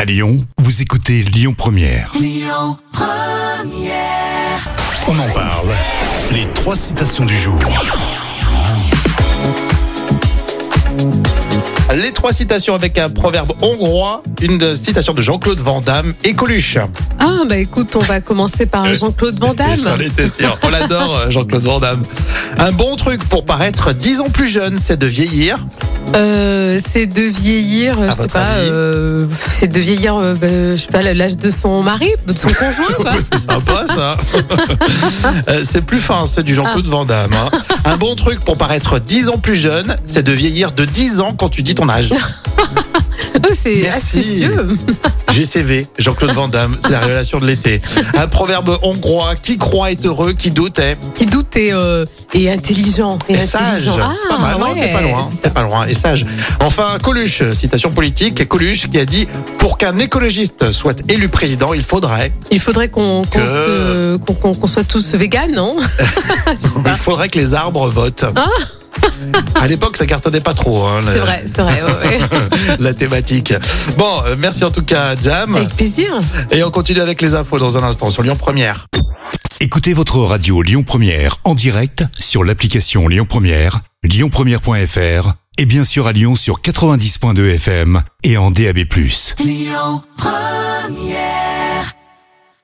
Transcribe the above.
À Lyon, vous écoutez Lyon Première. On en parle. Les trois citations du jour. Les trois citations avec un proverbe hongrois, une citation de Jean-Claude Van Damme et Coluche. Ah bah écoute, on va commencer par Euh, un Jean-Claude Van J'en Damme. étais sûr. On l'adore, euh, Jean-Claude Van Damme. Un bon truc pour paraître dix ans plus jeune, c'est de vieillir. Euh, c'est de vieillir, je sais votre pas, avis euh, c'est de vieillir, euh, bah, je sais pas, l'âge de son mari, de son conjoint, quoi. C'est sympa, ça. Euh, c'est plus fin, c'est du Ah. Jean-Claude Van Damme. hein. Un bon truc pour paraître dix ans plus jeune, c'est de vieillir de dix ans quand tu dis ton âge. Euh, c'est Merci. astucieux. GCV, Jean-Claude Van Damme, c'est la révélation de l'été. Un proverbe hongrois, qui croit est heureux, qui doute est Qui doute et, euh, et intelligent. Et Et sage, intelligent. Ah, c'est pas mal, non, ouais, t'es pas loin, c'est ça. t'es pas loin, et sage. Enfin, Coluche, citation politique, Coluche qui a dit « Pour qu'un écologiste soit élu président, il faudrait, Il faudrait qu'on qu'on Que- se- qu'on- qu'on- qu'on soit tous véganes, non Je sais il pas. faudrait que les arbres votent. À l'époque, ça cartonnait pas trop, hein, Ah. C'est la, vrai, c'est vrai. ouais, ouais. la thématique. Bon, euh, merci en tout cas, Jam, Avec plaisir. et on continue avec les infos dans un instant sur Lyon Première. Écoutez votre radio Lyon Première en direct sur l'application Lyon Première, lyonpremière.fr et bien sûr à Lyon sur 90.2 FM et en DAB+.